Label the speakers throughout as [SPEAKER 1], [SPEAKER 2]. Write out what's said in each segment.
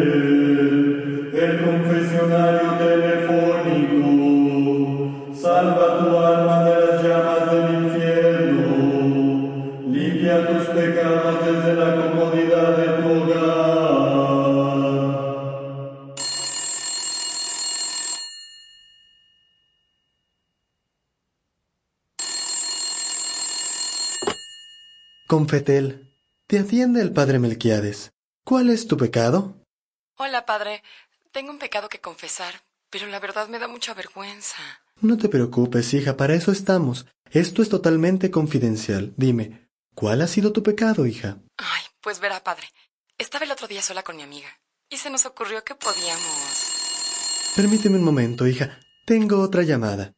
[SPEAKER 1] Confeder, el confesionario telefónico, salva tu alma de las llamas del infierno, limpia tus pecados desde la comodidad de tu hogar.
[SPEAKER 2] Confetel, te atiende el padre Melquiades. ¿Cuál es tu pecado?
[SPEAKER 3] Hola, padre. Tengo un pecado que confesar, pero la verdad me da mucha vergüenza.
[SPEAKER 2] No te preocupes, hija, para eso estamos. Esto es totalmente confidencial. Dime, ¿cuál ha sido tu pecado, hija?
[SPEAKER 3] Ay, pues verá, padre. Estaba el otro día sola con mi amiga y se nos ocurrió que podíamos.
[SPEAKER 2] Permíteme un momento, hija. Tengo otra llamada.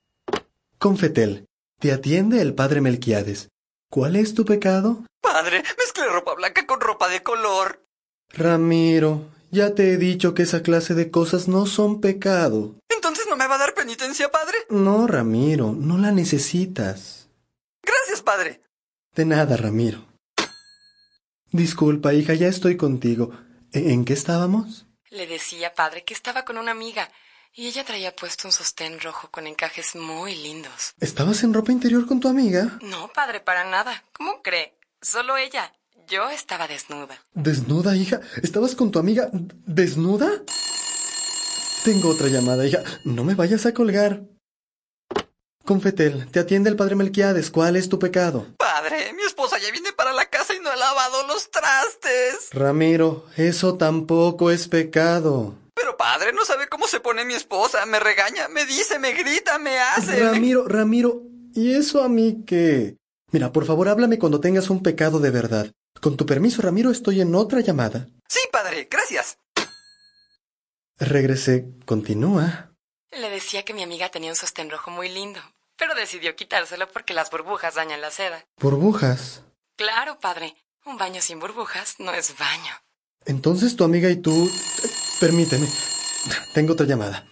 [SPEAKER 2] Confetel, te atiende el padre Melquiades. ¿Cuál es tu pecado?
[SPEAKER 4] Padre, mezcle ropa blanca con ropa de color.
[SPEAKER 2] Ramiro, ya te he dicho que esa clase de cosas no son pecado.
[SPEAKER 4] ¿Entonces no me va a dar penitencia, padre?
[SPEAKER 2] No, Ramiro, no la necesitas.
[SPEAKER 4] Gracias, padre.
[SPEAKER 2] De nada, Ramiro. Disculpa, hija, ya estoy contigo. ¿En en qué estábamos?
[SPEAKER 3] Le decía, padre, que estaba con una amiga y ella traía puesto un sostén rojo con encajes muy lindos.
[SPEAKER 2] ¿Estabas en ropa interior con tu amiga?
[SPEAKER 3] No, padre, para nada. ¿Cómo cree? Solo ella. Yo estaba desnuda.
[SPEAKER 2] ¿Desnuda, hija? ¿Estabas con tu amiga d- desnuda? Tengo otra llamada, hija. No me vayas a colgar. Confetel, te atiende el padre Melquiades. ¿Cuál es tu pecado?
[SPEAKER 4] Padre, mi esposa ya viene para la casa y no ha lavado los trastes.
[SPEAKER 2] Ramiro, eso tampoco es pecado.
[SPEAKER 4] Pero padre, no sabe cómo se pone mi esposa. Me regaña, me dice, me grita, me hace. ¿eh? me-
[SPEAKER 2] Ramiro, Ramiro, ¿y eso a mí qué? Mira, por favor, háblame cuando tengas un pecado de verdad. Con tu permiso, Ramiro, estoy en otra llamada.
[SPEAKER 4] Sí, padre, gracias.
[SPEAKER 2] Regresé. Continúa.
[SPEAKER 3] Le decía que mi amiga tenía un sostén rojo muy lindo, pero decidió quitárselo porque las burbujas dañan la seda.
[SPEAKER 2] Burbujas.
[SPEAKER 3] Claro, padre. Un baño sin burbujas no es baño.
[SPEAKER 2] Entonces tu amiga y tú... eh, Permíteme. Tengo otra llamada.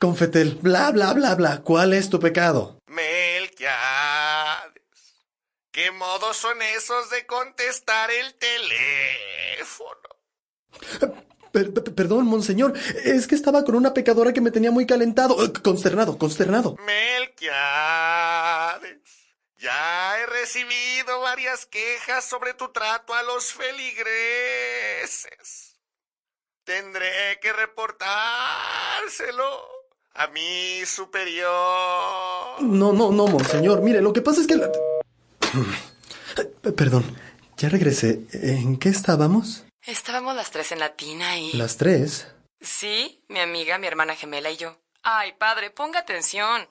[SPEAKER 2] Confetel, bla, bla, bla, bla. ¿Cuál es tu pecado?
[SPEAKER 5] Melquiades. ¿Qué modos son esos de contestar el teléfono?
[SPEAKER 2] Per- per- perdón, monseñor. Es que estaba con una pecadora que me tenía muy calentado. eh, Consternado, consternado.
[SPEAKER 5] Melquiades. Ya he recibido varias quejas sobre tu trato a los feligreses. Tendré que reportárselo a mi superior.
[SPEAKER 2] No, no, no, monseñor. Mire, lo que pasa es que... la- Eh, Perdón. Ya regresé. ¿En qué estábamos?
[SPEAKER 3] Estábamos las tres en la tina y...
[SPEAKER 2] Las tres.
[SPEAKER 3] Sí, mi amiga, mi hermana gemela y yo. Ay, padre, ponga atención.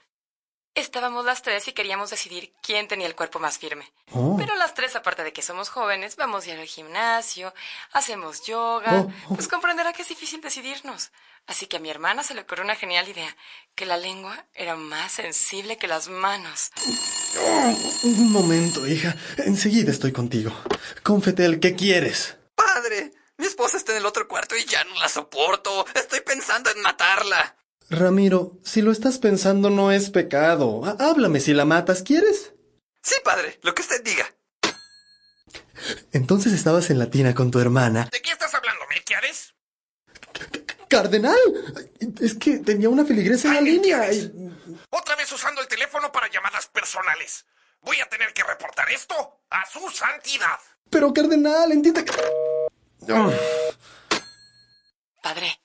[SPEAKER 3] Estábamos las tres y queríamos decidir quién tenía el cuerpo más firme.
[SPEAKER 2] Oh.
[SPEAKER 3] Pero las tres, aparte de que somos jóvenes, vamos a ir al gimnasio, hacemos yoga.
[SPEAKER 2] Oh, oh.
[SPEAKER 3] Pues comprenderá que es difícil decidirnos. Así que a mi hermana se le ocurrió una genial idea, que la lengua era más sensible que las manos.
[SPEAKER 2] Un momento, hija. Enseguida estoy contigo. Confetel, ¿qué quieres?
[SPEAKER 4] Padre, mi esposa está en el otro cuarto y ya no la soporto. Estoy pensando en matarla.
[SPEAKER 2] Ramiro, si lo estás pensando no es pecado. Há- Háblame si la matas, ¿quieres?
[SPEAKER 4] Sí, padre, lo que usted diga.
[SPEAKER 2] Entonces estabas en latina con tu hermana.
[SPEAKER 5] ¿De qué estás hablando, Melquiades?
[SPEAKER 2] ¡Cardenal! Es que tenía una feligresa en la
[SPEAKER 5] Ay,
[SPEAKER 2] línea.
[SPEAKER 5] Dios. Otra vez usando el teléfono para llamadas personales. Voy a tener que reportar esto a su santidad.
[SPEAKER 2] Pero, cardenal, entiende que... Ah,
[SPEAKER 5] Oh.
[SPEAKER 3] Padre,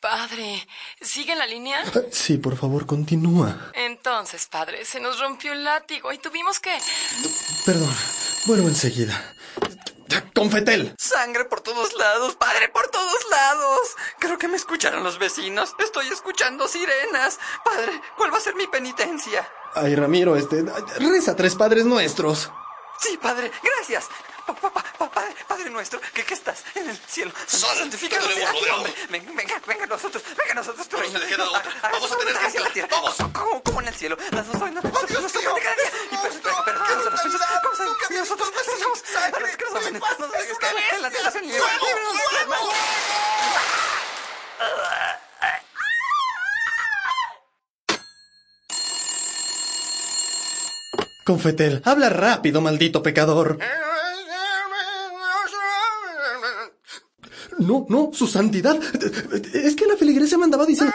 [SPEAKER 3] padre, ¿sigue en la línea?
[SPEAKER 2] Sí, por favor, continúa.
[SPEAKER 3] Entonces, padre, se nos rompió el látigo y tuvimos que...
[SPEAKER 2] Perdón, vuelvo enseguida. ¡Confetel!
[SPEAKER 4] Sangre por todos lados, padre, por todos lados. Creo que me escucharon los vecinos. Estoy escuchando sirenas. Padre, ¿cuál va a ser mi penitencia?
[SPEAKER 2] Ay, Ramiro, este... Reza tres padres nuestros.
[SPEAKER 4] Sí, padre, gracias. Pa- pa- pa- pa- padre, padre nuestro, que, que estás en el cielo.
[SPEAKER 5] Santo,
[SPEAKER 4] santificado
[SPEAKER 5] tenemos
[SPEAKER 4] sea tu
[SPEAKER 5] rodeo.
[SPEAKER 4] nombre. Venga, venga, venga nosotros, venga a nosotros tu
[SPEAKER 5] No
[SPEAKER 4] reino.
[SPEAKER 5] nos queda otra.
[SPEAKER 4] Hagas
[SPEAKER 5] Vamos a
[SPEAKER 4] una
[SPEAKER 5] tener que
[SPEAKER 4] gracia en la tierra.
[SPEAKER 5] vamos.
[SPEAKER 4] ¿Cómo, cómo en el cielo? Las dos vainas.
[SPEAKER 5] ¡Oh, Dios
[SPEAKER 4] nos
[SPEAKER 5] mío!
[SPEAKER 4] tocan de cada día.
[SPEAKER 5] ¡Es un
[SPEAKER 4] Y per-
[SPEAKER 5] monstruo!
[SPEAKER 4] per- perdón,
[SPEAKER 5] ¡Qué
[SPEAKER 4] nosotros,
[SPEAKER 5] brutalidad!
[SPEAKER 4] ¿cómo sabes?
[SPEAKER 5] ¡Nunca he visto
[SPEAKER 4] Nosotros
[SPEAKER 5] tantas
[SPEAKER 4] pensamos,
[SPEAKER 5] sangre,
[SPEAKER 4] las cosas
[SPEAKER 5] tripas!
[SPEAKER 4] buenas, nos
[SPEAKER 5] ¡Es
[SPEAKER 4] dejes
[SPEAKER 5] una
[SPEAKER 4] caer en la
[SPEAKER 5] bestia!
[SPEAKER 4] tentación y-
[SPEAKER 5] ¡Fuego,
[SPEAKER 4] líbranos del
[SPEAKER 5] fuego!
[SPEAKER 4] mal.
[SPEAKER 2] Confetel, habla rápido, maldito pecador. No, no, su santidad. Es que la feligresía me andaba diciendo...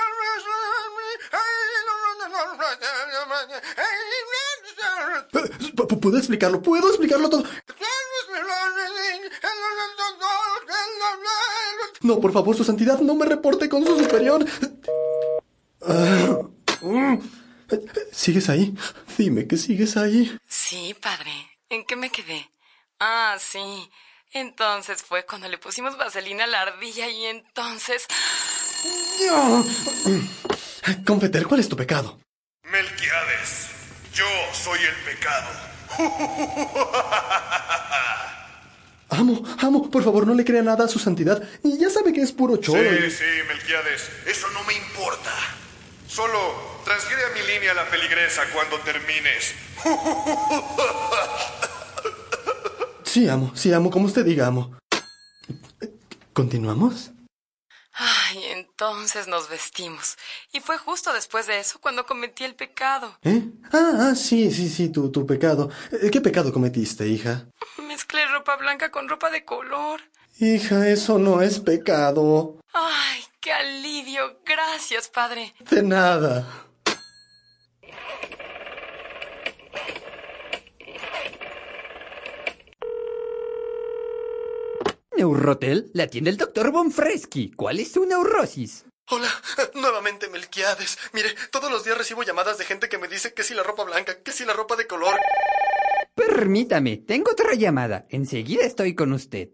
[SPEAKER 2] P- p- Puedo explicarlo, puedo explicarlo todo. No, por favor, su santidad, no me reporte con su superior. Ah, mm. ¿Sigues ahí? Dime que sigues ahí.
[SPEAKER 3] Sí, padre. ¿En qué me quedé? Ah, sí. Entonces fue cuando le pusimos vaselina a la ardilla y entonces...
[SPEAKER 2] Confeter, ¿cuál es tu pecado?
[SPEAKER 5] Melquiades, yo soy el pecado.
[SPEAKER 2] Amo, amo, por favor, no le crea nada a su santidad. Y ya sabe que es puro choro.
[SPEAKER 5] Sí, sí, Melquiades, eso no me importa. Solo transfiere a mi línea la peligresa cuando termines.
[SPEAKER 2] Sí, amo, sí, amo, como usted diga, amo. ¿Continuamos?
[SPEAKER 3] Ay, entonces nos vestimos. Y fue justo después de eso cuando cometí el pecado.
[SPEAKER 2] ¿Eh? Ah, ah, sí, sí, sí, tu, tu pecado. Eh, ¿Qué pecado cometiste, hija?
[SPEAKER 3] Mezclé ropa blanca con ropa de color.
[SPEAKER 2] Hija, eso no es pecado.
[SPEAKER 3] Ay, qué alivio. Gracias, padre.
[SPEAKER 2] De nada.
[SPEAKER 6] Neurotel la atiende el doctor Bonfreschi. ¿Cuál es su neurosis?
[SPEAKER 2] Hola, nuevamente Melquiades. Mire, todos los días recibo llamadas de gente que me dice que si la ropa blanca, que si la ropa de color.
[SPEAKER 6] Permítame, tengo otra llamada. Enseguida estoy con usted.